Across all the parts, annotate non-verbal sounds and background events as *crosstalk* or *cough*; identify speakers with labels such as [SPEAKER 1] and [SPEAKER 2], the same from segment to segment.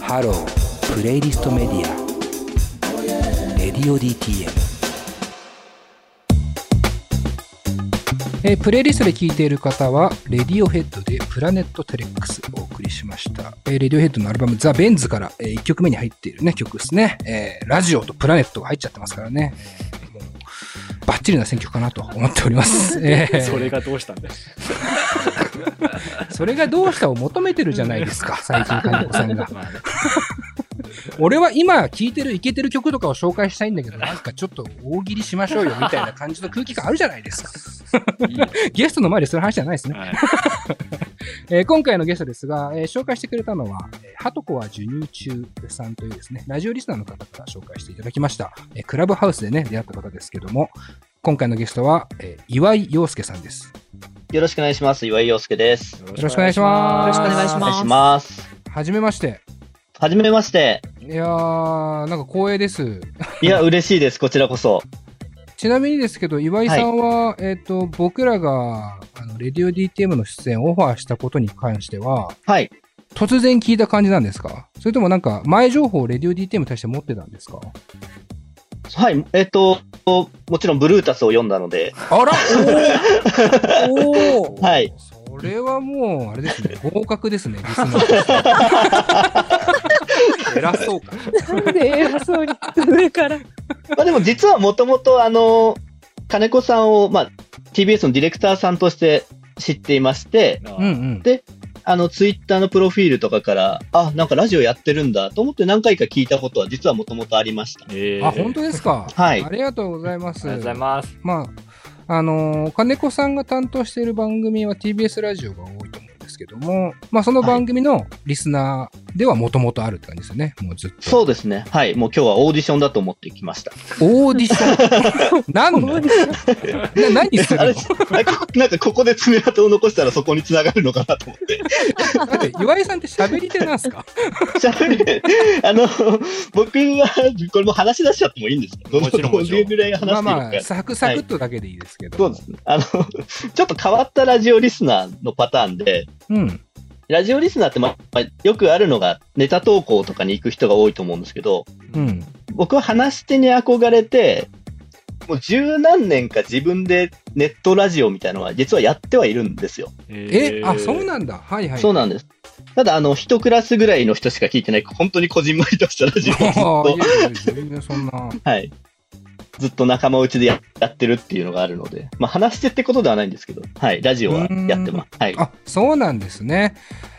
[SPEAKER 1] ハロープレイリストメディアレディオ DTM えープレイリストで聴いている方は、レディオヘッドでプラネットテレックスをお送りしました。えーレディオヘッドのアルバムザ・ベンズから、え1曲目に入っているね、曲ですね。えーラジオとプラネットが入っちゃってますからね。えーもうバッチリな選曲かなと思っております。えー
[SPEAKER 2] それがどうしたん
[SPEAKER 1] *laughs*
[SPEAKER 2] だよ。
[SPEAKER 1] それがどうしたを求めてるじゃないですか、最近、金子さんが。
[SPEAKER 2] まあね
[SPEAKER 1] 俺は今聴いてるイケてる曲とかを紹介したいんだけど、なんかちょっと大喜利しましょうよみたいな感じの空気感あるじゃないですか。 *laughs* ゲストの前でそういう話じゃないですね。
[SPEAKER 2] はい
[SPEAKER 1] えー今回のゲストですが、えー紹介してくれたのは、えー、はとこは授乳中さんというですね、ラジオリスナーの方から紹介していただきました。えークラブハウスでね、出会った方ですけども、今回のゲストは、えー岩井陽介さんです。
[SPEAKER 3] よろしくお願いします。岩井陽介です。よ
[SPEAKER 1] よろしくお願いします。
[SPEAKER 4] よろしくお願いし
[SPEAKER 3] ろしくお
[SPEAKER 4] ま
[SPEAKER 3] 願いします。
[SPEAKER 1] す。はじめまして。
[SPEAKER 3] はじめまして。
[SPEAKER 1] いやー、なんか光栄です。
[SPEAKER 3] いや、嬉しいです。こちらこそ。
[SPEAKER 1] ちなみにですけど、岩井さんは、えっ、と、僕らが、あの、レディオ DTM の出演をオファーしたことに関しては、
[SPEAKER 3] はい。
[SPEAKER 1] 突然聞いた感じなんですかそれともなんか、前情報をレディオ DTM に対して持ってたんですか
[SPEAKER 3] はい。えっと、もちろんブルータスを読んだので、
[SPEAKER 1] あ
[SPEAKER 3] *laughs*
[SPEAKER 1] らおーおー
[SPEAKER 3] はい。
[SPEAKER 1] それはもう、あれです *laughs* ね、合格ですね、リスナーとして。偉そうか。
[SPEAKER 4] なんで偉そうに上から。
[SPEAKER 3] まあでも実はもともと、あの、金子さんを、まあ、TBS のディレクターさんとして知っていまして、
[SPEAKER 1] うんうん。
[SPEAKER 3] あの、ツイッターのプロフィールとかから、あ、なんかラジオやってるんだと思って何回か聞いたことは実はもともとありました。
[SPEAKER 2] えー
[SPEAKER 1] あ、本当ですか
[SPEAKER 3] はい
[SPEAKER 1] ありがとうございます。
[SPEAKER 2] ありがとうございます。
[SPEAKER 1] まあ、あのー金子さんが担当している番組は TBS ラジオが多いと思うんですけども、まあ、その番組のリスナーではもともとあるって感じですよね。もうずっと。
[SPEAKER 3] そうですね。はい。もう今日はオーディションだと思ってきま *laughs* した。
[SPEAKER 1] オーディショ
[SPEAKER 3] *laughs*
[SPEAKER 1] ン。何のな何す
[SPEAKER 3] あ
[SPEAKER 1] る
[SPEAKER 3] れなんかなんかここで爪痕を残したらそこに繋がるのかなと思って。
[SPEAKER 1] のだって、岩井さんって喋り手なんすか
[SPEAKER 3] しゃべる *laughs* あの、僕は、これもう話し出しちゃってもいいんですかど
[SPEAKER 2] もちろん
[SPEAKER 3] ど
[SPEAKER 2] もちろん
[SPEAKER 3] どれぐら *laughs* い話していい
[SPEAKER 1] まあ
[SPEAKER 3] のか。
[SPEAKER 1] まあ、サクサクっとだけでいいですけど。
[SPEAKER 3] そうですね。あの、ちょっと変わったラジオリスナーのパターンで、
[SPEAKER 1] うん。
[SPEAKER 3] ラジオリスナーって、まあ、よくあるのがネタ投稿とかに行く人が多いと思うんですけど、
[SPEAKER 1] うん。
[SPEAKER 3] 僕は話し手に憧れて、もう十何年か自分でネットラジオみたいなのは実はやってはいるんですよ。
[SPEAKER 1] え、あ、そう
[SPEAKER 2] の
[SPEAKER 1] なんだ。はいはい。
[SPEAKER 3] そうなんです。ただ、あの、一クラスぐらいの人しか聞いてない、本当にこじんまりとしたラジオをずっ
[SPEAKER 1] *laughs* あーい、
[SPEAKER 3] と
[SPEAKER 1] やいやいや全然そんな。
[SPEAKER 3] はい。ずっと仲間内でややってるっていうのがあるので、まあ、話してってことではないんですけど、はい、ラジオはやってます。はい。
[SPEAKER 1] あそうなんですね。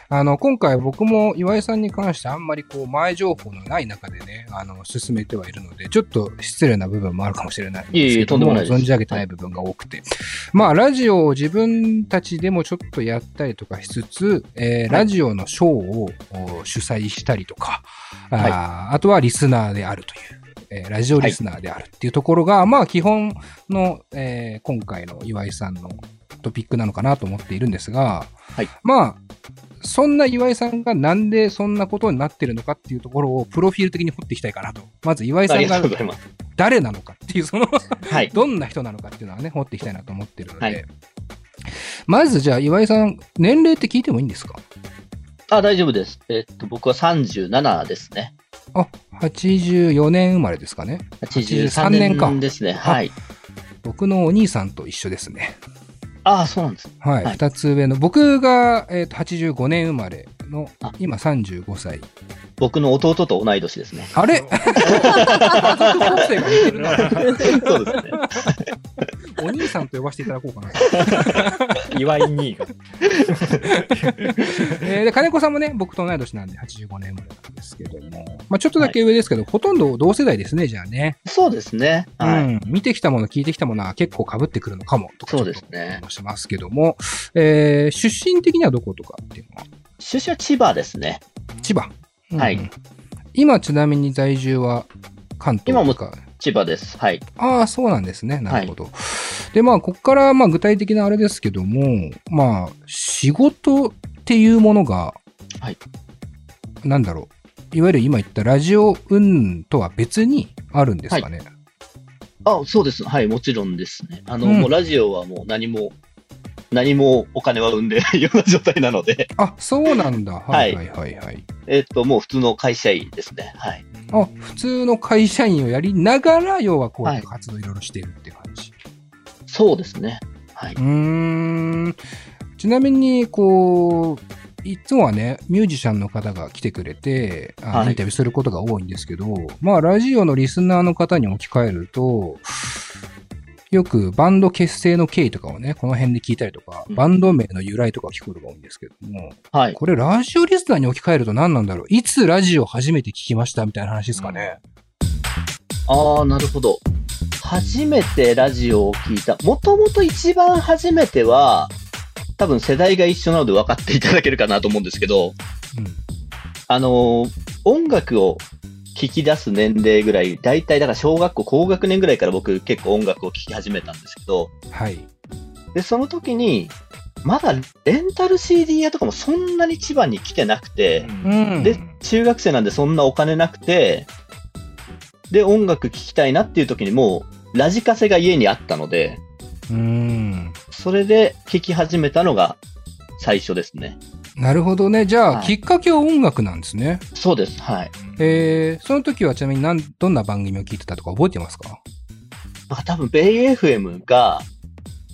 [SPEAKER 1] あの今回僕も岩井さんに関してあんまりこう前情報のない中でねあの進めてはいるのでちょっと失礼な部分もあるかもしれない
[SPEAKER 3] いえ
[SPEAKER 1] です
[SPEAKER 3] い
[SPEAKER 1] け
[SPEAKER 3] え
[SPEAKER 1] ど
[SPEAKER 3] とんでも
[SPEAKER 1] も
[SPEAKER 3] ないで
[SPEAKER 1] 存
[SPEAKER 3] す
[SPEAKER 1] じ上げてない部分が多くてまあラジオを自分たちでもちょっとやったりとかしつつ、えーラジオのショーをお主催したりとか、あー
[SPEAKER 3] はい
[SPEAKER 1] あとはリスナーであるという、えーラジオリスナーであるっていうところが、まあ基本の、えー今回の岩井さんのトピックなのかなと思っているんですが、
[SPEAKER 3] はい
[SPEAKER 1] まあそんな岩井さんがなんでそんなことになってるのかっていうところをプロフィール的に掘っていきたいかなとまず岩井
[SPEAKER 3] あ
[SPEAKER 1] さん
[SPEAKER 3] りが
[SPEAKER 1] が
[SPEAKER 3] とうございます。
[SPEAKER 1] 誰なのかっていうその
[SPEAKER 3] はい。
[SPEAKER 1] どんな人なのかっていうのはね、掘っていきたいなと思ってるので。
[SPEAKER 3] はい
[SPEAKER 1] まずじゃあ、岩井さん、年齢って聞いてもいいんですか
[SPEAKER 3] あ、大丈夫です。えっと、僕は37ですね。
[SPEAKER 1] あ、84年生まれですかね。
[SPEAKER 3] 83
[SPEAKER 1] 83
[SPEAKER 3] 年
[SPEAKER 1] 年か
[SPEAKER 3] ですね。はい。
[SPEAKER 1] 僕のお兄さんと一緒ですね。
[SPEAKER 3] ああ、そうなんです。
[SPEAKER 1] はい。
[SPEAKER 3] はい
[SPEAKER 1] 二つ上の、僕が、えー、と85年生まれの
[SPEAKER 3] あ、
[SPEAKER 1] 今35歳。。
[SPEAKER 3] 僕の弟と同い年ですね
[SPEAKER 1] *laughs* あれ家族構成が似てるな
[SPEAKER 3] そうですね。
[SPEAKER 1] お兄さんと呼ばせていただこうかな。
[SPEAKER 2] *laughs*
[SPEAKER 1] *laughs*
[SPEAKER 2] 岩井兄が。
[SPEAKER 1] えーで金子さんもね、僕と同い年なんで85年生まれなんですけども、まあ、ちょっとだけ上ですけど、ほとんど同世代ですね、じゃあね。
[SPEAKER 3] そうですね。はい。
[SPEAKER 1] うん、見てきたもの、聞いてきたものは結構被ってくるのかもとか
[SPEAKER 3] そうで
[SPEAKER 1] ち
[SPEAKER 3] すね
[SPEAKER 1] ょっと思いしますけども、えー出身的にはどことかっていうのは
[SPEAKER 3] 出身は千葉ですね。
[SPEAKER 1] 千葉。
[SPEAKER 3] はい
[SPEAKER 1] うん今ちなみに在住は関東とか。
[SPEAKER 3] 千葉です。はい。
[SPEAKER 1] ああ、そうなんですね。なるほど。で、まあ、ここから、まあ、具体的なあれですけども、まあ、仕事っていうものが、
[SPEAKER 3] はい
[SPEAKER 1] なんだろう。いわゆる今言ったラジオ運とは別にあるんですかね。
[SPEAKER 3] あ、そうです。はい、もちろんですね。あの、
[SPEAKER 1] うん
[SPEAKER 3] もうラジオはもう何も何もお金は生んでないような状態なので、
[SPEAKER 1] あ、そうなんだ。は
[SPEAKER 3] *laughs* はいい
[SPEAKER 1] はいはいはい。
[SPEAKER 3] えっと、もう普通の会社員ですね。はい。
[SPEAKER 1] あ、普通の会社員をやりながら、要はこうい
[SPEAKER 3] は
[SPEAKER 1] う
[SPEAKER 3] い
[SPEAKER 1] 活動いろいろしているって感じ。。
[SPEAKER 3] そうですね。はいう
[SPEAKER 1] ーん。ちなみに、こう、いつもはね、ミュージシャンの方が来てくれて、あ
[SPEAKER 3] はい
[SPEAKER 1] インタビューすることが多いんですけど、まあ、ラジオのリスナーの方に置き換えると、よくバンド結成の経緯とかをね、この辺で聞いたりとか、
[SPEAKER 3] うん
[SPEAKER 1] バンド名の由来とかを聞くことが多いんですけども、
[SPEAKER 3] はい。
[SPEAKER 1] これラジオリスナーに置き換えると何なんだろういつラジオ初めて聞きましたみたいな話ですかね。
[SPEAKER 3] ああ、なるほど。初めてラジオを聞いた。もともと一番初めては、多分世代が一緒なので分かっていただけるかなと思うんですけ
[SPEAKER 1] う
[SPEAKER 3] ど、
[SPEAKER 1] ん。
[SPEAKER 3] あのー音楽を聴き出す年齢ぐらい、大体だから小学校高学年ぐらいから僕結構音楽を聴き始めたんですけど、
[SPEAKER 1] はい。
[SPEAKER 3] で、その時に、まだレンタル CD 屋とかもそんなに千葉に来てなくて、
[SPEAKER 1] うん。
[SPEAKER 3] で、中学生なんでそんなお金なくて、で、音楽聴きたいなっていう時にもう、ラジカセが家にあったので、
[SPEAKER 1] うーん。
[SPEAKER 3] それで聴き始めたのが最初ですね。
[SPEAKER 1] なるほどね。じゃあ、
[SPEAKER 3] はい
[SPEAKER 1] きっかけは音楽なんですね。
[SPEAKER 3] そうです。はい。
[SPEAKER 1] えー、その時はちなみになんどんな番組を聞いてたとか覚えてますか
[SPEAKER 3] まあ、多分ベイ FM が、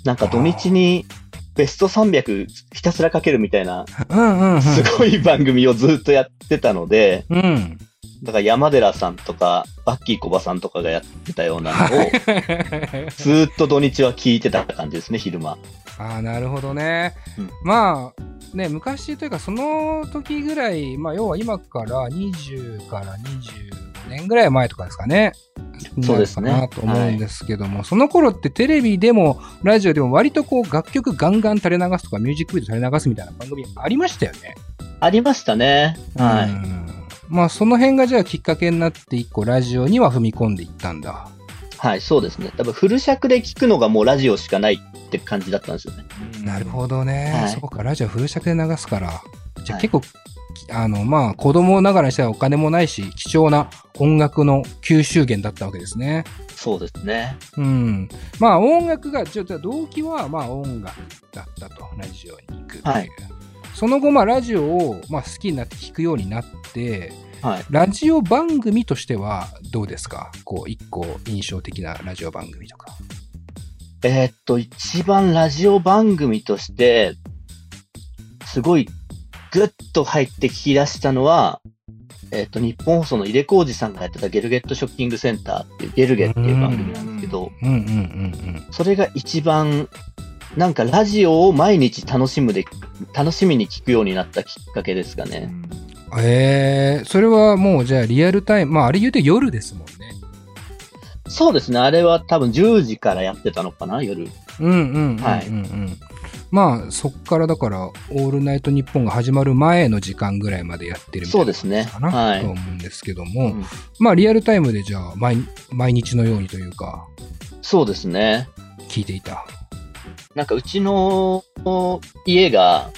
[SPEAKER 3] なんか土日にベスト300ひたすらかけるみたいな、
[SPEAKER 1] うんうんうん。
[SPEAKER 3] すごい番組をずっとやってたので、
[SPEAKER 1] うん。
[SPEAKER 3] だから山寺さんとか、バッキーコバさんとかがやってたようなのを、ずーっと土日は聞いてた感じですね、昼間。
[SPEAKER 1] *laughs* ああ、なるほどね。
[SPEAKER 3] うん
[SPEAKER 1] まあ、ね、昔というか、その時ぐらい、まあ、要は今から20から25年ぐらい前とかですかね。
[SPEAKER 3] そうですね
[SPEAKER 1] なのかなと思うんですけども、その頃ってテレビでも、ラジオでも、割とこう、楽曲ガンガン垂れ流すとか、ミュージックビデオ垂れ流すみたいな番組ありましたよね。
[SPEAKER 3] ありましたね。は
[SPEAKER 1] う
[SPEAKER 3] い。
[SPEAKER 1] んまあ、その辺がじゃあきっかけになって、一個ラジオには踏み込んでいったんだ。
[SPEAKER 3] はい、そうですね。多分フル尺で聞くのがもうラジオしかないって感じだったんですよね。
[SPEAKER 1] なるほどね。
[SPEAKER 3] はい
[SPEAKER 1] そうか、ラジオフル尺で流すから。じゃあ
[SPEAKER 3] はい
[SPEAKER 1] 結構、きあの、まあ、子供ながらにしたらお金もないし、貴重な音楽の吸収源だったわけですね。
[SPEAKER 3] そうですね。
[SPEAKER 1] うん。まあ、音楽が、ちょっと動機は、まあ、音楽だったと、ラジオに行くっていう。
[SPEAKER 3] はい
[SPEAKER 1] その後、まあ、ラジオを、まあ、好きになって聞くようになって、
[SPEAKER 3] はい。
[SPEAKER 1] ラジオ番組としてはどうですかこう、一個印象的なラジオ番組とか。
[SPEAKER 3] えーっと、一番ラジオ番組として、すごいグッと入って聞き出したのは、えーっと、日本放送の井出浩二さんがやってたゲルゲットショッキングセンターっていう、ゲルゲっていう番組なんですけど、
[SPEAKER 1] うんうんうん
[SPEAKER 3] それが一番、なんかラジオを毎日楽しむで、楽しみに聞くようになったきっかけですかね。
[SPEAKER 1] うん。えー、それはもうじゃあリアルタイム、まああれ言うて夜ですもんね。
[SPEAKER 3] そうですね、あれは多分10時からやってたのかな、夜。
[SPEAKER 1] うんうんうんうん、うん
[SPEAKER 3] はい
[SPEAKER 1] まあそっからだから「オールナイトニッポン」が始まる前の時間ぐらいまでやってるみた
[SPEAKER 3] そ
[SPEAKER 1] いう
[SPEAKER 3] で
[SPEAKER 1] な
[SPEAKER 3] すね。
[SPEAKER 1] かな、
[SPEAKER 3] は
[SPEAKER 1] と
[SPEAKER 3] い。
[SPEAKER 1] 思うんですけども、
[SPEAKER 3] うん
[SPEAKER 1] まあリアルタイムでじゃあ毎毎日のようにというか
[SPEAKER 3] そうですね。
[SPEAKER 1] 聞いていた。
[SPEAKER 3] なんかうちの家が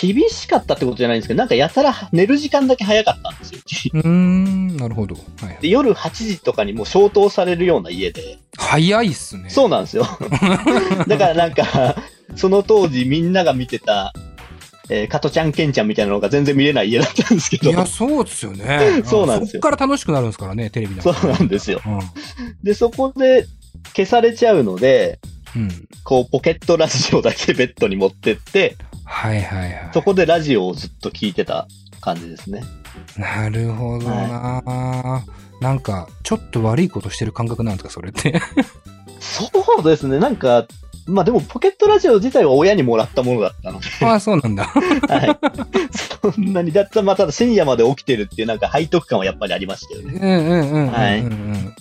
[SPEAKER 3] 厳しかったってことじゃないんですけど、なんかやたら寝る時間だけ早かったんですよ。 *laughs*
[SPEAKER 1] うーんなるほど、はい、
[SPEAKER 3] で夜8時とかにもう消灯されるような家で、
[SPEAKER 1] 早いっすね。
[SPEAKER 3] そうなんですよ。だからなんか、その当時みんなが見てた、えー、加トちゃん、ケンちゃんみたいなのが全然見れない家だったんですけ
[SPEAKER 1] い
[SPEAKER 3] ど。
[SPEAKER 1] や、、そうっすよね
[SPEAKER 3] *laughs* そうなんですよ
[SPEAKER 1] あそっから楽しくなるんですからね、テレビなん
[SPEAKER 3] そ
[SPEAKER 1] か
[SPEAKER 3] うなんですよ。
[SPEAKER 1] うん
[SPEAKER 3] で、そこで消されちゃうので、
[SPEAKER 1] うん。
[SPEAKER 3] こうポケットラジオだけベッドに持ってって、
[SPEAKER 1] はいはいはい。
[SPEAKER 3] そこでラジオをずっと聞いてた感じですね。
[SPEAKER 1] なるほどな、なんか、ちょっと悪いことしてる感覚なんですか、それ
[SPEAKER 3] *laughs*
[SPEAKER 1] って。
[SPEAKER 3] そうですね、なんか、まあでも、ポケットラジオ自体は親にもらったものだった
[SPEAKER 1] *laughs*
[SPEAKER 3] ので、
[SPEAKER 1] ああ、そうなんだ。
[SPEAKER 3] はい、そんなに、だったまあただ深夜まで起きてるっていう、なんか背徳感はやっぱりありましたよ
[SPEAKER 1] うん
[SPEAKER 3] ね。
[SPEAKER 1] うんうんうんうん、うん
[SPEAKER 3] はい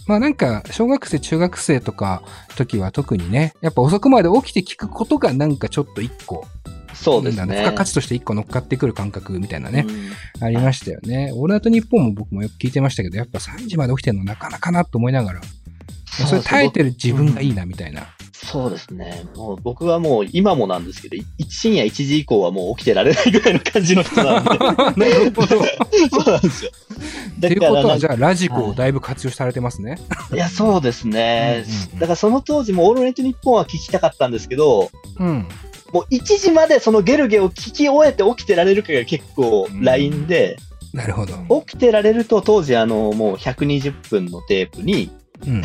[SPEAKER 1] まあなんか、小学生、中学生とか時は特にね、やっぱ遅くまで起きて聞くことがなんかちょっと一個、
[SPEAKER 3] そうです
[SPEAKER 1] なんだ
[SPEAKER 3] ね。
[SPEAKER 1] 付加価値として一個乗っかってくる感覚みたいなね、
[SPEAKER 3] うん
[SPEAKER 1] ありましたよね。オールナイトニッポンも僕もよく聞いてましたけど、やっぱ3時まで起きてるのなかなかなと思いながら、まあそれ耐えてる自分がいいなみたいな。
[SPEAKER 3] そうですね。もう僕はもう今もなんですけど、い深夜1時以降はもう起きてられないぐらいの感じの人なん
[SPEAKER 1] *laughs*
[SPEAKER 3] で。
[SPEAKER 1] なるほど。
[SPEAKER 3] そうなんですよ。
[SPEAKER 1] と
[SPEAKER 3] だ
[SPEAKER 1] いう
[SPEAKER 3] か
[SPEAKER 1] こ
[SPEAKER 3] ら
[SPEAKER 1] と
[SPEAKER 3] な
[SPEAKER 1] は、
[SPEAKER 3] ん
[SPEAKER 1] じ
[SPEAKER 3] か、
[SPEAKER 1] ゃあラジコをだいぶ活用されてますね。
[SPEAKER 3] いや、そうですね
[SPEAKER 1] うんうんうん。
[SPEAKER 3] だからその当時もオールナイトニッポンは聞きたかったんですけど、
[SPEAKER 1] うん。
[SPEAKER 3] もう1時までそのゲルゲを聞き終えて起きてられるかが結構ラインで、
[SPEAKER 1] なるほど。
[SPEAKER 3] 起きてられると当時あのもう120分のテープに、
[SPEAKER 1] うん。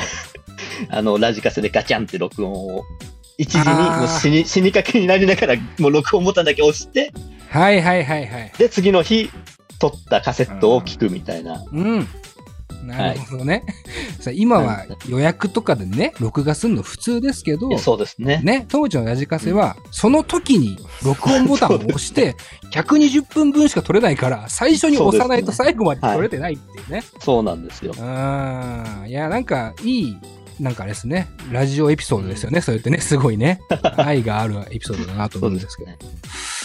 [SPEAKER 3] あの、ラジカセでガチャンって録音を、一時に
[SPEAKER 1] あー
[SPEAKER 3] もう死に、死にかけになりながら、もう録音ボタンだけ押して、
[SPEAKER 1] はいはいはいはい。
[SPEAKER 3] で、次の日、撮ったカセットを聞くみたいな。
[SPEAKER 1] うん。なるほどね。 *laughs* さあ今は予約とかでね、録画するの普通ですけど、
[SPEAKER 3] いやそうですね。
[SPEAKER 1] ね、当時のラジカセは、その時に録音ボタンを押して、120分分しか撮れないから、最初に押さないと
[SPEAKER 3] そ
[SPEAKER 1] 最後まで撮れてないっていうね。
[SPEAKER 3] そうなんですよ。
[SPEAKER 1] うん。いや、なんか、いい、なんかあれですね、ラジオエピソードですよね、そうやってね、すごいね、愛があるエピソードだなと
[SPEAKER 3] そ
[SPEAKER 1] 思う
[SPEAKER 3] うんで
[SPEAKER 1] ですすけど。
[SPEAKER 3] ね。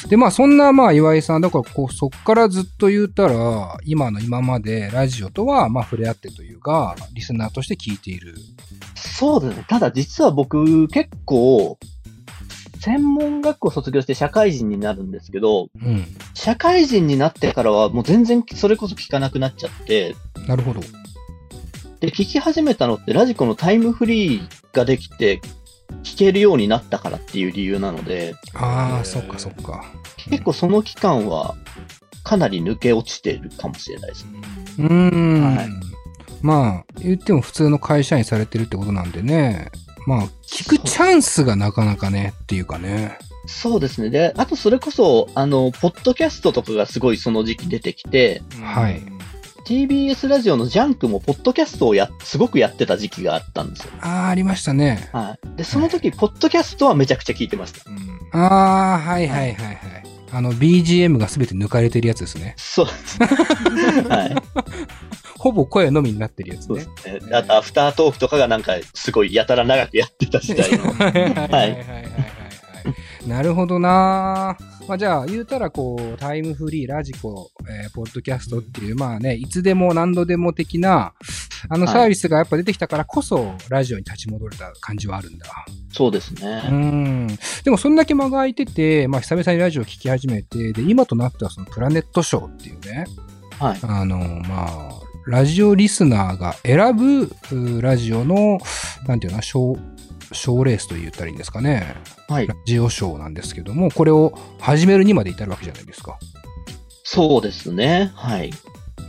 [SPEAKER 1] で、まあ、そんな、まあ、岩井さん、だから、こう、そっからずっと言うたら、今の今まで、ラジオとは、まあ、触れ合ってというか、リスナーとして聞いている。
[SPEAKER 3] そうですね。ただ実は僕、結構、専門学校卒業して社会人になるんですけど、
[SPEAKER 1] うん。
[SPEAKER 3] 社会人になってからはもう全然それこそ聞かなくなっちゃって、
[SPEAKER 1] なるほど。
[SPEAKER 3] で、聞き始めたのってラジコのタイムフリーができて、聞けるようになったからっていう理由なので、
[SPEAKER 1] あ
[SPEAKER 2] へ
[SPEAKER 1] あ、
[SPEAKER 2] ー
[SPEAKER 1] そっかそっか。
[SPEAKER 3] 結構その期間はかなり抜け落ちているかもしれないですね。
[SPEAKER 1] うーん。
[SPEAKER 3] はい
[SPEAKER 1] まあ、言っても普通の会社員されてるってことなんでね。まあ、聞くチャンスがなかなかね、っていうかね。
[SPEAKER 3] そうですね。で、あとそれこそ、あの、ポッドキャストとかがすごいその時期出てきて、
[SPEAKER 1] はい。
[SPEAKER 3] TBS ラジオのジャンクもポッドキャストをや、すごくやってた時期があったんですよ。
[SPEAKER 1] ああ、ありましたね。
[SPEAKER 3] はい。で、その時、ポッドキャストはめちゃくちゃ聞いてまし
[SPEAKER 1] *laughs*
[SPEAKER 3] た。
[SPEAKER 2] うん
[SPEAKER 1] ああ、はいはいはいはい。あの、BGM が全て抜かれてるやつですね。
[SPEAKER 3] *laughs* そうですね。はい。
[SPEAKER 1] ほぼ声のみになってるやつ
[SPEAKER 3] そうで
[SPEAKER 1] ね。
[SPEAKER 3] すね。あと、アフタートークとかがなんか、すごいやたら長くやってた時代の。
[SPEAKER 1] はいはいはいはいはいはい。なるほどなまあじゃあ、言うたらこう、タイムフリー、ラジコ、えーポッドキャストっていう、まあね、いつでも何度でも的な、あの
[SPEAKER 3] はい
[SPEAKER 1] サービスがやっぱ出てきたからこそ、ラジオに立ち戻れた感じはあるんだ。
[SPEAKER 3] そうです
[SPEAKER 1] う
[SPEAKER 3] ね。
[SPEAKER 1] ん。でもそんだけ間が空いてて、まあ久々にラジオを聞き始めて、で、今となってはそのプラネットショーっていうね、
[SPEAKER 3] はい。
[SPEAKER 1] あの、まあ、ラジオリスナーが選ぶうーラジオの、なんていうのかな、賞、賞レースと言ったらいいんですかね。
[SPEAKER 3] はい
[SPEAKER 1] ラ。ジオショーなんですけども、これを始めるにまで至るわけじゃないですか。
[SPEAKER 3] そうですね。はい。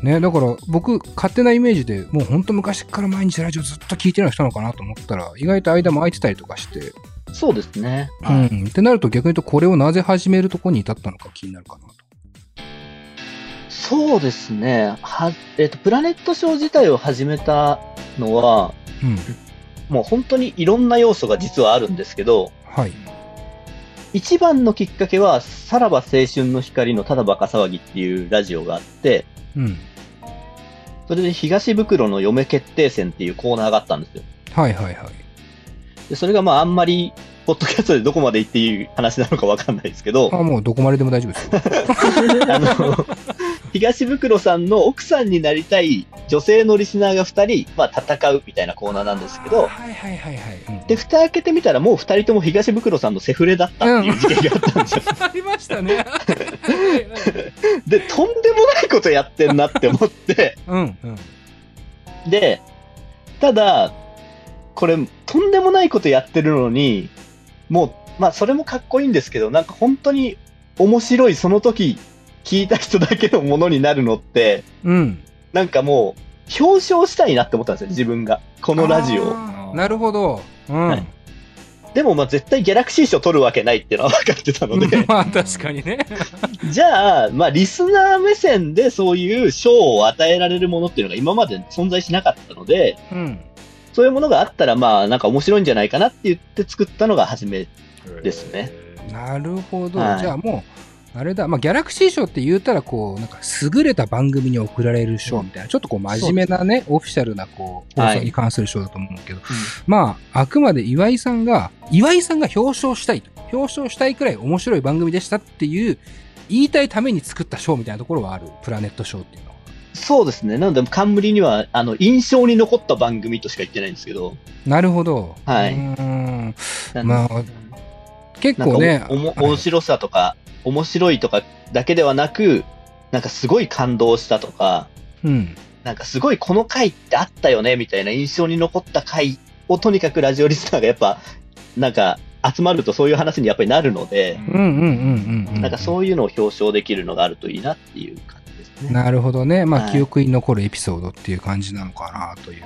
[SPEAKER 1] ね、だから僕、勝手なイメージでもう本当昔から毎日ラジオずっと聞いてるような人なのかなと思ったら、意外と間も空いてたりとかして、
[SPEAKER 3] そうですね。
[SPEAKER 1] う
[SPEAKER 3] はい。
[SPEAKER 1] ん、ってなると逆に言うとこれをなぜ始めるとこに至ったのか気になるかなと。
[SPEAKER 3] そうですね。は、えっ、と、プラネットショー自体を始めたのは、
[SPEAKER 1] うん、
[SPEAKER 3] もう本当にいろんな要素が実はあるんですけど、
[SPEAKER 1] はい。
[SPEAKER 3] 一番のきっかけは、さらば青春の光のただバカ騒ぎっていうラジオがあって、
[SPEAKER 1] うん。
[SPEAKER 3] それで東袋の嫁決定戦っていうコーナーがあったんですよ。
[SPEAKER 1] はいはいはい。
[SPEAKER 3] で、それがまああんまり、ポッドキャストでどこまで行っていい話なのかわかんないですけ
[SPEAKER 1] *laughs*
[SPEAKER 3] ど、
[SPEAKER 1] あ、もうどこまででも大丈夫ですよ。
[SPEAKER 3] あの、東袋さんの奥さんになりたい女性のリスナーが2人、まあ戦うみたいなコーナー *laughs* なんですけど、
[SPEAKER 1] はいはいはいはい。うん
[SPEAKER 3] で、蓋開けてみたらもう2人とも東袋さんのセフレだったっていう事件があったんですよ。
[SPEAKER 1] ありましたね。
[SPEAKER 3] で、とんでもないことやってんなって思って、
[SPEAKER 1] うん、うん。
[SPEAKER 3] で、ただ、これ、とんでもないことやってるのに、もう、まあ、それもかっこいいんですけど、なんか本当に面白い、その時、聞いた人だけのものになるのって、
[SPEAKER 1] うん。
[SPEAKER 3] なんかもう、表彰したいなって思ったんですよ、自分が。このラジオ。
[SPEAKER 1] あーなるほど。うん。
[SPEAKER 3] はいでも、まあ、絶対ギャラクシー賞取るわけないっていうのは分かってたの
[SPEAKER 1] うん
[SPEAKER 3] で、
[SPEAKER 1] まあ確かにね。
[SPEAKER 3] *laughs* じゃあ、まあ、リスナー目線でそういう賞を与えられるものっていうのが今まで存在しなかったので、
[SPEAKER 1] うん。
[SPEAKER 3] そういうものがあったら、まあ、なんか面白いんじゃないかなって言って作ったのが初め。ですね。
[SPEAKER 1] なるほど。
[SPEAKER 3] はい
[SPEAKER 1] じゃあもう、あれだ、まあ、ギャラクシー賞って言うたら、こう、なんか、優れた番組に贈られる賞みたいな、ちょっとこう、真面目なね、オフィシャルな、こう、放
[SPEAKER 3] はい
[SPEAKER 1] 送に関する賞だと思うけど、まあ、あくまで岩井さんが、岩井さんが表彰したいと、表彰したいくらい面白い番組でしたっていう、言いたいために作った賞みたいなところはある、プラネット賞っていうのは。
[SPEAKER 3] そうですね。なので、冠には、あの、印象に残った番組としか言ってないんですけど、
[SPEAKER 1] なるほど。
[SPEAKER 3] はいう
[SPEAKER 1] ーん。
[SPEAKER 3] なん
[SPEAKER 1] ま
[SPEAKER 3] か
[SPEAKER 1] あ、結
[SPEAKER 3] なんか
[SPEAKER 1] 構ね、
[SPEAKER 3] おも
[SPEAKER 1] はい
[SPEAKER 3] 面白さとか、面白いとかだけではなく、なんかすごい感動したとか、
[SPEAKER 1] うん。
[SPEAKER 3] なんかすごいこの回ってあったよね、みたいな印象に残った回をとにかくラジオリスナーがやっぱ、なんか、集まるとそういう話にやっぱりなるので、
[SPEAKER 1] うんうんうんうん。
[SPEAKER 3] なんかそういうのを表彰できるのがあるといいなっていう感じですね。
[SPEAKER 1] なるほどね。ま
[SPEAKER 3] は
[SPEAKER 1] あ、
[SPEAKER 3] い
[SPEAKER 1] 記憶に残るエピソードっていう感じなのかなという。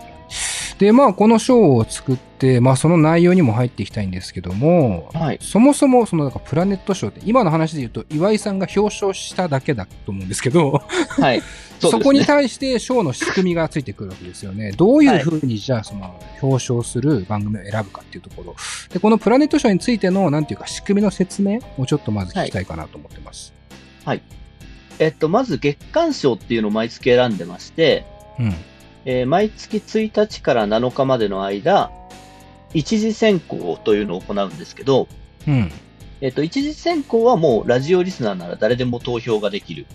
[SPEAKER 1] で、まあ、この章を作って、まあ、その内容にも入っていきたいんですけども、
[SPEAKER 3] はい
[SPEAKER 1] そもそも、その、なんかプラネット賞って、今の話で言うと、岩井さんが表彰しただけだと思うんですけど、
[SPEAKER 3] *laughs* はい。
[SPEAKER 1] そ
[SPEAKER 3] そうで
[SPEAKER 1] こ
[SPEAKER 3] すね
[SPEAKER 1] に対して賞の仕組みがついてくるわけですよね。どういうふうに、じゃあ、その、表彰する番組を選ぶかっていうところ。で、このプラネット賞についての、なんていうか、仕組みの説明をちょっとまず聞きたいかなと思ってます。
[SPEAKER 3] えっと、まず月間賞っていうのを毎月選んでまして、
[SPEAKER 1] うん。
[SPEAKER 3] えー毎月1日から7日までの間、一次選考というのを行うんですけど、
[SPEAKER 1] うん。
[SPEAKER 3] えっと、一次選考はもうラジオリスナーなら誰でも投票ができる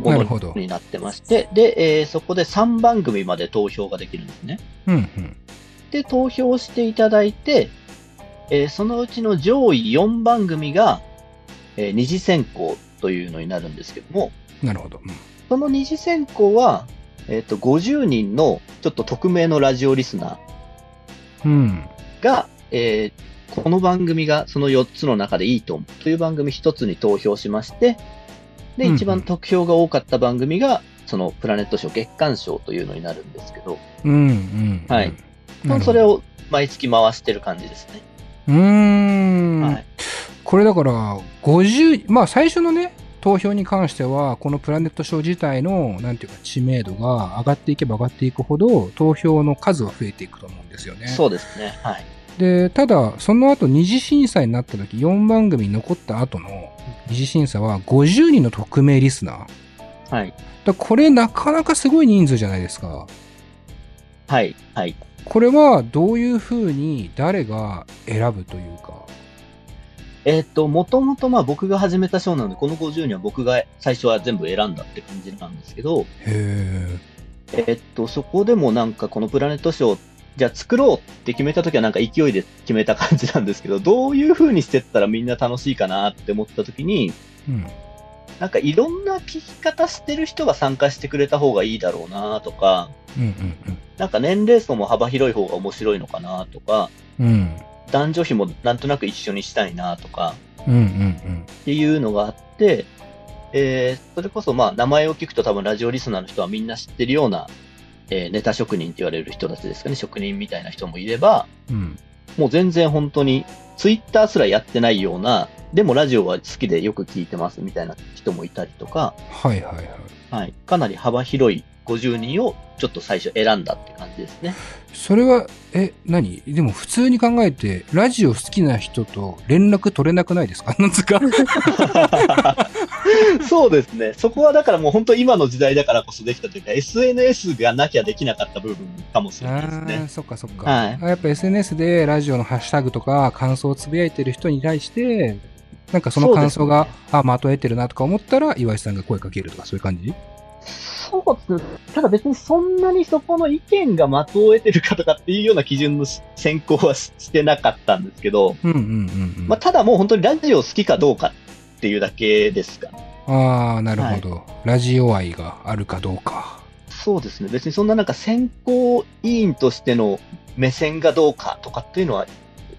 [SPEAKER 3] も
[SPEAKER 1] なるほど
[SPEAKER 3] のになってまして、で、えーそこで3番組まで投票ができるんですね。
[SPEAKER 1] うん、うん。
[SPEAKER 3] で、投票していただいて、えーそのうちの上位4番組が、えー二次選考というのになるんですけども、
[SPEAKER 1] なるほど。うん
[SPEAKER 3] その二次選考は、えっ、と、50人のちょっと匿名のラジオリスナー、
[SPEAKER 1] うん。
[SPEAKER 3] が、えーこの番組がその4つの中でいいと思うという番組1つに投票しまして、
[SPEAKER 1] う
[SPEAKER 3] で、
[SPEAKER 1] んうん
[SPEAKER 3] 一番得票が多かった番組が、そのプラネット賞月間賞というのになるんですけど、
[SPEAKER 1] うんうんうん。
[SPEAKER 3] はい
[SPEAKER 1] なるほど。
[SPEAKER 3] それを毎月回してる感じですね。
[SPEAKER 1] うーん、
[SPEAKER 3] はい。
[SPEAKER 1] これだから、50、まあ最初のね、投票に関しては、このプラネット賞自体の、なんていうか、知名度が上がっていけば上がっていくほど、投票の数は増えていくと思うんですよね。
[SPEAKER 3] そうですね。はい。
[SPEAKER 1] で、ただ、その後二次審査になった時、4番組残った後の二次審査は50人の匿名リスナー。
[SPEAKER 3] はい。
[SPEAKER 1] だこれなかなかすごい人数じゃないですか。
[SPEAKER 3] はい。はい。
[SPEAKER 1] これはどういうふうに誰が選ぶというか。
[SPEAKER 3] えっ、と、もともとまあ僕が始めた賞なので、この50人は僕が最初は全部選んだって感じなんですけど、
[SPEAKER 1] へ
[SPEAKER 3] えっと、そこでもなんかこのプラネットショー、じゃあ作ろうって決めた時はなんか勢いで決めた感じなんですけど、どういう風にしてったらみんな楽しいかなって思った時に、
[SPEAKER 1] え。うん。
[SPEAKER 3] なんかいろんな聞き方してる人が参加してくれた方がいいだろうなとか、
[SPEAKER 1] うんうんうん。
[SPEAKER 3] なんか年齢層も幅広い方が面白いのかなとか、
[SPEAKER 1] うん。
[SPEAKER 3] 男女比もなんとなく一緒にしたいなとか
[SPEAKER 1] うんうん
[SPEAKER 3] っていうのがあって、えーそれこそまあ名前を聞くと多分ラジオリスナーの人はみんな知ってるような、えーネタ職人って言われる人たちですかね、職人みたいな人もいれば、
[SPEAKER 1] うん。うん。
[SPEAKER 3] もう全然本当に、ツイッターすらやってないような、でもラジオは好きでよく聞いてますみたいな人もいたりとか、
[SPEAKER 1] はいはいはい。
[SPEAKER 3] はい、かなり幅広い50人をちょっと最初選んだって感じですね。
[SPEAKER 1] それは、え、何でも普通に考えて、ラジオ好きな人と連絡取れなくないですか *laughs* なんつうか。
[SPEAKER 3] そうですね。そこはだからもう本当今の時代だからこそできたというか、SNS がなきゃできなかった部分かもしれないです
[SPEAKER 1] ああ、
[SPEAKER 3] ね。
[SPEAKER 1] そっかそっか。
[SPEAKER 3] はい
[SPEAKER 1] あやっぱ SNS でラジオのハッシュタグとか感想をつぶやいてる人に対して、なんかその感想が、
[SPEAKER 3] そうで
[SPEAKER 1] あ、まとえてるなとか思ったら、岩井さんが声かけるとかそういう感じ
[SPEAKER 3] そうですね。ただ別にそんなにそこの意見が的を得てるかとかっていうような基準の選考はししてなかったんですけど、
[SPEAKER 1] うんうんうん、うん。
[SPEAKER 3] まあ、ただもう本当にラジオ好きかどうかっていうだけですかね
[SPEAKER 1] ああ、なるほど、ラジオ愛があるかどうか。
[SPEAKER 3] そうですね。別にそんななんか選考委員としての目線がどうかとかっていうのは、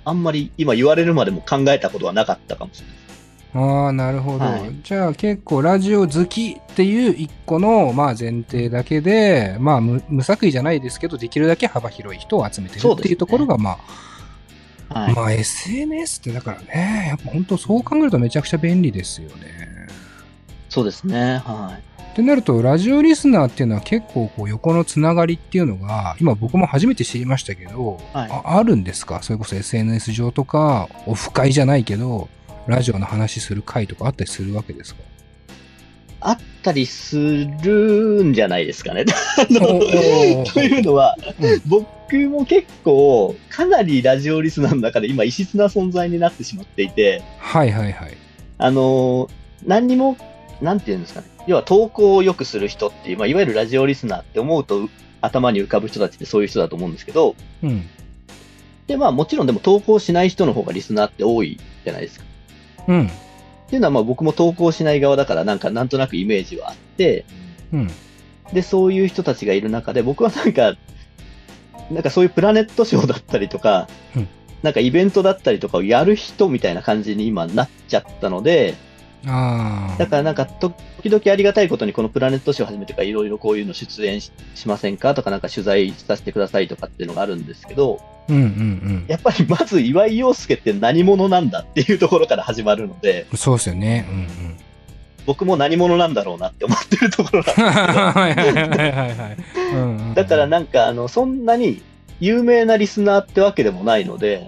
[SPEAKER 3] あんまり今言われるまでも考えたことはなかったかもしれないです。
[SPEAKER 1] ああ、なるほど、
[SPEAKER 3] はい
[SPEAKER 1] じゃあ結構ラジオ好きっていう一個の、まあ、前提だけで、まあ無、無作為じゃないですけど、できるだけ幅広い人を集めてる
[SPEAKER 3] そう
[SPEAKER 1] っ
[SPEAKER 3] です
[SPEAKER 1] てい
[SPEAKER 3] ね
[SPEAKER 1] うところが、まあ、
[SPEAKER 3] はい。
[SPEAKER 1] まあ SNS ってだからね、やっぱ本当そう考えるとめちゃくちゃ便利ですよね。
[SPEAKER 3] そうですね。はい。
[SPEAKER 1] ってなると、ラジオリスナーっていうのは結構こう横のつながりっていうのが、今僕も初めて知りましたけど、
[SPEAKER 3] はい
[SPEAKER 1] ああるんですかそれこそ SNS 上とか、オフ会じゃないけど、ラジオの話する会とかあったりするわけですか
[SPEAKER 3] あったりするんじゃないですかね。 *laughs* あ
[SPEAKER 1] お
[SPEAKER 3] の
[SPEAKER 1] ー
[SPEAKER 3] というのは、
[SPEAKER 1] うん
[SPEAKER 3] 僕も結構、かなりラジオリスナーの中で今、異質な存在になってしまっていて、
[SPEAKER 1] はいはいはい。
[SPEAKER 3] あのー何にも、なんていうんですかね。要は投稿をよくする人っていう、まあ、いわゆるラジオリスナーって思うと、頭に浮かぶ人たちってそういう人だと思うんですけど、
[SPEAKER 1] うん。
[SPEAKER 3] で、まあもちろんでも投稿しない人の方がリスナーって多いじゃないですか。
[SPEAKER 1] うん。
[SPEAKER 3] っていうのはまあ僕も投稿しない側だからなんかなんとなくイメージはあって、
[SPEAKER 1] うん。
[SPEAKER 3] で、そういう人たちがいる中で僕はなんか、なんかそういうプラネットショーだったりとか、
[SPEAKER 1] うん
[SPEAKER 3] なんかイベントだったりとかをやる人みたいな感じに今なっちゃったので、
[SPEAKER 1] あ
[SPEAKER 3] だからなんか時々ありがたいことにこのプラネット誌を始めてからいろいろこういうの出演ししませんかとかなんか取材させてくださいとかっていうのがあるんですけど、
[SPEAKER 1] うんうん
[SPEAKER 3] やっぱりまず岩井陽介って何者なんだっていうところから始まるので、
[SPEAKER 1] うん。そうですよね。うんうん。
[SPEAKER 3] *laughs* 僕も何者なんだろうなって思ってるところなんです
[SPEAKER 1] はいはいはいはいはいうんうんうん。
[SPEAKER 3] だからなんかあの、そんなに有名なリスナーってわけでもないので、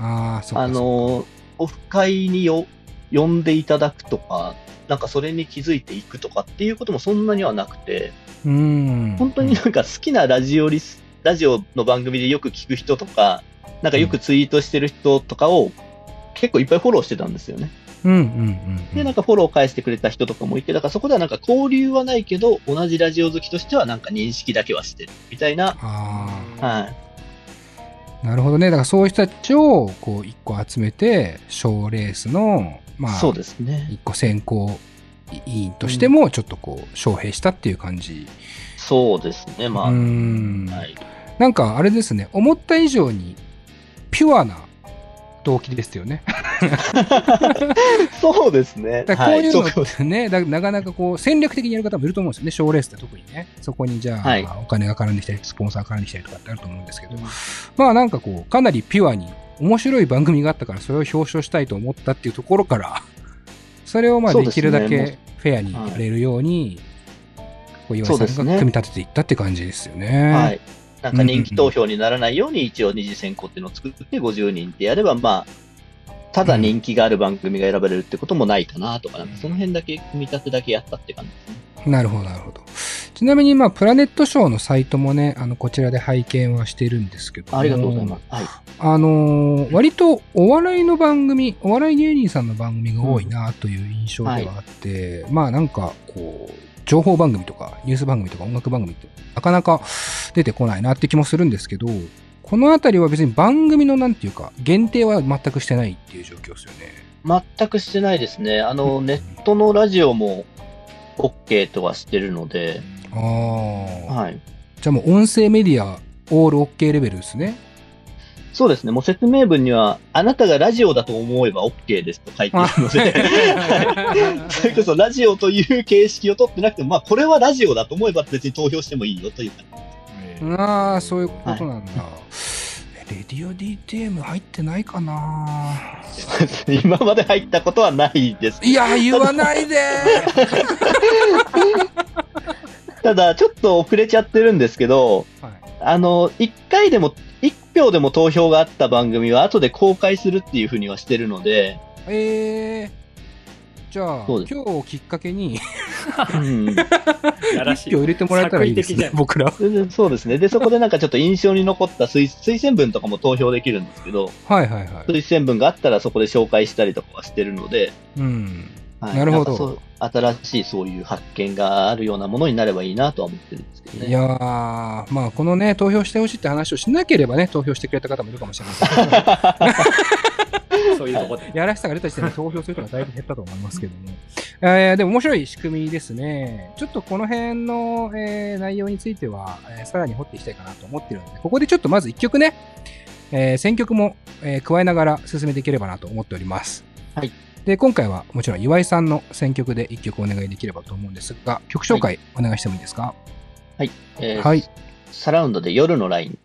[SPEAKER 1] ああ、そうか。
[SPEAKER 3] あの、オフ会によ呼んでいただくとか、なんかそれに気づいていくとかっていうこともそんなにはなくて、
[SPEAKER 1] うん。
[SPEAKER 3] 本当になんか好きなラジオリス、ラジオの番組でよく聞く人とか、なんかよくツイートしてる人とかを結構いっぱいフォローしてたんですよね。
[SPEAKER 1] うんうんうんうん。
[SPEAKER 3] で、なんかフォロー返してくれた人とかもいて、だからそこではなんか交流はないけど、同じラジオ好きとしてはなんか認識だけはしてるみたいな、
[SPEAKER 1] あ
[SPEAKER 3] はい。
[SPEAKER 1] あ、なるほどね。だからそういう人たちを、こう、一個集めて、賞レースの、まあ、
[SPEAKER 3] そうですね。
[SPEAKER 1] 一個選考委員としても、ちょっとこう、招聘したっていう感じ。
[SPEAKER 3] そうですね、まあ。
[SPEAKER 1] うーん。
[SPEAKER 3] はい。
[SPEAKER 1] なんか、あれですね。思った以上に、ピュアな動機ですよね。
[SPEAKER 3] *laughs* そうですね。
[SPEAKER 1] だからこういうの
[SPEAKER 3] はそう
[SPEAKER 1] ってね、だなかなかこう戦略的にやる方もいると思うんですよね、賞レースって特にね、そこにじゃあ、
[SPEAKER 3] はい
[SPEAKER 1] お金が絡んできたり、スポンサーが絡んできたりとかってあると思うんですけど、まあなんかこう、かなりピュアに、面白い番組があったから、それを表彰したいと思ったっていうところから、それをまあ
[SPEAKER 3] そう
[SPEAKER 1] で
[SPEAKER 3] です
[SPEAKER 1] き
[SPEAKER 3] ね
[SPEAKER 1] るだ
[SPEAKER 3] も
[SPEAKER 1] け
[SPEAKER 3] う
[SPEAKER 1] フェアにやれるように、こう岩
[SPEAKER 3] そう
[SPEAKER 1] 井
[SPEAKER 3] で
[SPEAKER 1] さ
[SPEAKER 3] す
[SPEAKER 1] ん
[SPEAKER 3] ね
[SPEAKER 1] が組み立てていったって感じですよね。
[SPEAKER 3] はい。なんか人気投票にならないように、一応二次選考っていうのを作って50人ってやれば、まあ、ただ人気がある番組が選ばれるってこともないかなとか、なんかその辺だけ組み立てだけやったって感じですね。
[SPEAKER 1] なるほど、なるほど。ちなみに、まあ、プラネットショーのサイトもね、あの、こちらで拝見はしてるんですけども。
[SPEAKER 3] ありがとうございます。はい。
[SPEAKER 1] あのー割とお笑いの番組、お笑い芸人さんの番組が多いなという印象ではあって、まあなんかこう、情報番組とかニュース番組とか音楽番組ってなかなか出てこないなって気もするんですけど、このあたりは別に番組のなんていうか、限定は全くしてないっていう状況ですよね。
[SPEAKER 3] 全くしてないですね。あの、ネットのラジオも OK とはしてるので、
[SPEAKER 1] ああ、
[SPEAKER 3] はい。
[SPEAKER 1] じゃあもう音声メディア、オール OK レベルですね。
[SPEAKER 3] そうですね。もう説明文には、あなたがラジオだと思えば OK ですと書いているので、 *laughs* それこそラジオという形式を取ってなくても、まあ、これはラジオだと思えば別に投票してもいいよというか、
[SPEAKER 2] えー
[SPEAKER 1] ああ、そういうことなんだ。えレディオ DTM 入ってないかな
[SPEAKER 3] *laughs* 今まで入ったことはないです。
[SPEAKER 1] いや、言わないで
[SPEAKER 3] ただ、ちょっと遅れちゃってるんですけど、
[SPEAKER 1] *laughs* はい、
[SPEAKER 3] あの、1回でも、1票でも投票があった番組は後で公開するっていうふうにはしてるので、
[SPEAKER 1] えー、じゃあ、
[SPEAKER 3] そう
[SPEAKER 1] 今
[SPEAKER 3] で
[SPEAKER 1] 日をきっかけに、
[SPEAKER 3] うん
[SPEAKER 2] やらし
[SPEAKER 1] 一
[SPEAKER 2] い
[SPEAKER 1] 票。入れてもらえたらいいです
[SPEAKER 2] 作為的じ
[SPEAKER 1] ね
[SPEAKER 2] ゃ、ん
[SPEAKER 1] 僕ら。
[SPEAKER 3] それでそうですね。で、そこでなんかちょっと印象に残った推推薦文とかも投票できるんですけど、
[SPEAKER 1] はいはいはい。
[SPEAKER 3] 推薦文があったらそこで紹介したりとかはしてるので、
[SPEAKER 1] うん。
[SPEAKER 3] はい
[SPEAKER 1] なるほど
[SPEAKER 3] んかそう新しいそういう発見があるようなものになればいいなとは思ってるんですけどね。
[SPEAKER 1] いやー、まあ、このね、投票してほしいって話をしなければね、投票してくれた方もいるかもしれませんけど
[SPEAKER 2] そういうとこで。
[SPEAKER 1] やらしさが出た時点で投票する方はだいぶ減ったと思いますけども。えー、でも面白い仕組みですね。ちょっとこの辺の、えー内容については、えーさらに掘っていきたいかなと思ってるので、ここでちょっとまず一曲ね、えー選曲も、えー加えながら進めていければなと思っております。
[SPEAKER 3] はい。
[SPEAKER 1] で、今回はもちろん岩井さんの選曲で一曲お願いできればと思うんですが、曲紹介お願いしてもいいですか、
[SPEAKER 3] えー
[SPEAKER 1] はい。
[SPEAKER 3] サラウンドで夜のライン